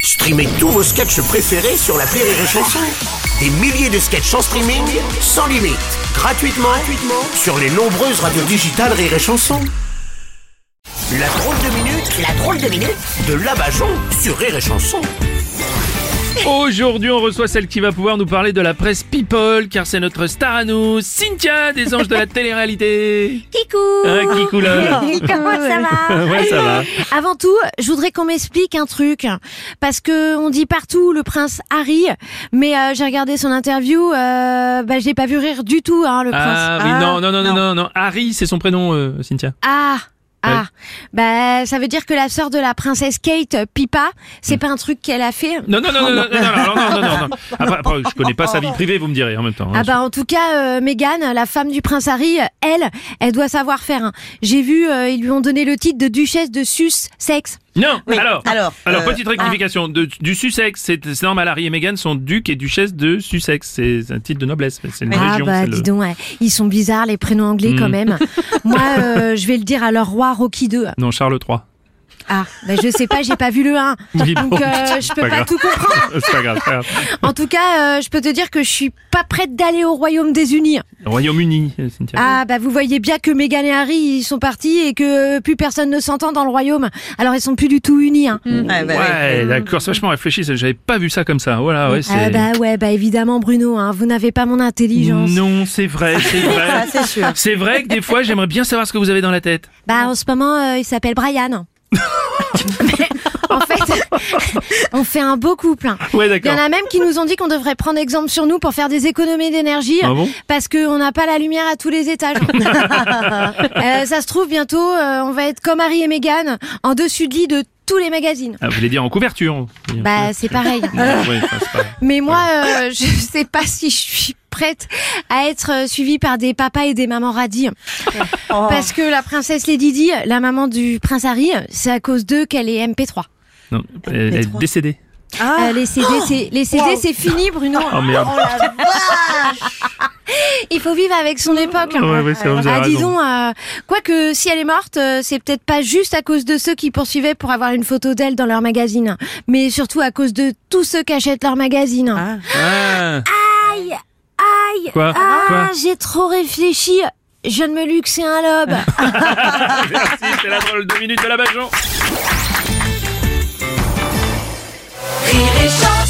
Streamez tous vos sketchs préférés sur la Rire et Chanson. Des milliers de sketchs en streaming, sans limite, gratuitement, gratuitement sur les nombreuses radios digitales Rire et Chanson. La drôle de minute, la drôle de minute de Labajon sur Rire et Chanson. Aujourd'hui, on reçoit celle qui va pouvoir nous parler de la presse People, car c'est notre star à nous, Cynthia des Anges de la télé-réalité. Kikou Ah, qui Comment ça va Ouais, ça va. Avant tout, je voudrais qu'on m'explique un truc. Parce que on dit partout le prince Harry, mais euh, j'ai regardé son interview, euh, bah, je l'ai pas vu rire du tout, hein, le Ah prince. oui, non, non, non, non, non, non. Harry, c'est son prénom, euh, Cynthia. Ah Ouais. ah, bah ça veut dire que la sœur de la princesse Kate, euh, Pipa, c'est Mm. pas un truc qu'elle a fait. Non, non, non, non, non, non, non, non, non, non, non. Après, après, je connais pas sa vie privée, vous me direz en même temps. hein. Ah bah en tout cas, euh, Meghan, la femme du prince Harry, euh, elle, elle doit savoir faire. hein. J'ai vu, euh, ils lui ont donné le titre de duchesse de sus sexe. Non, alors. alors, Alors, euh, petite ah. rectification. de- du Sussex, c'est c'est normal. Harry et Meghan sont duc et duchesse de Sussex. C'est c'est un titre de noblesse. mais C'est une Ah région. bah c'est le- dis donc, ouais. ils sont bizarres les prénoms anglais quand Mm. même. Moi, euh, je vais le dire à leur roi Rocky 2. Non, Charles III. Ah, bah, je sais pas, j'ai pas vu le 1. Oui, bon, Donc euh, je peux pas pas, grave. tout comprendre. c'est pas grave. c'est pas grave. En tout cas, euh, je peux te dire que je suis pas prête d'aller au Royaume des Unis. Royaume-Uni, euh, Cynthia. Ah bah vous voyez bien que Meghan et Harry ils sont partis et que plus personne ne s'entend dans le Royaume. Alors ils sont plus du tout unis. Hein. ouais, bah, ouais. Ouais, d'accord, c'est vachement réfléchi, ça, j'avais pas vu ça comme ça. Voilà, ouais, c'est. Ah bah ouais, bah évidemment Bruno, hein, vous n'avez pas mon intelligence. non, c'est vrai, c'est vrai. Ça, c'est sûr. C'est vrai que des fois, j'aimerais bien savoir ce que vous avez dans la tête. Bah en ce moment, euh, il s'appelle Brian. Mais, en fait, on fait un beau couple. hein. Ouais, Il y d'accord. en a même qui nous ont dit qu'on devrait prendre exemple sur nous pour faire des économies d'énergie Ah bon parce qu'on n'a pas la lumière à tous les étages. Euh, ça se trouve, bientôt, euh, on va être comme Harry et Meghan en dessus de lit de tous les magazines. Ah, vous voulez dire en couverture Bah c'est pareil. Ouais, enfin, c'est pas- Mais moi, euh, je sais pas si je suis prête à être euh, suivie par des papas et des mamans radis. Oh. Parce que la princesse Lady Di, la maman du prince Harry, c'est à cause d'eux qu'elle est MP3. Non, elle est décédée. Ah. Euh, les CD, c'est, les CD, c'est fini, Bruno. Oh merde. Il faut vivre avec son époque. Ouais, ouais, c'est vrai, vous avez Ah, dis raison. donc, euh, quoique si elle est morte, euh, c'est peut-être pas juste à cause de ceux qui poursuivaient pour avoir une photo d'elle dans leur magazine, mais surtout à cause de tous ceux qui achètent leur magazine. Ah. Ah, Aïe quoi Ah, Quoi j'ai trop réfléchi. Je ne me luxer un lobe. Merci, c'est la drôle de minute de la Bajon. Rire et chanson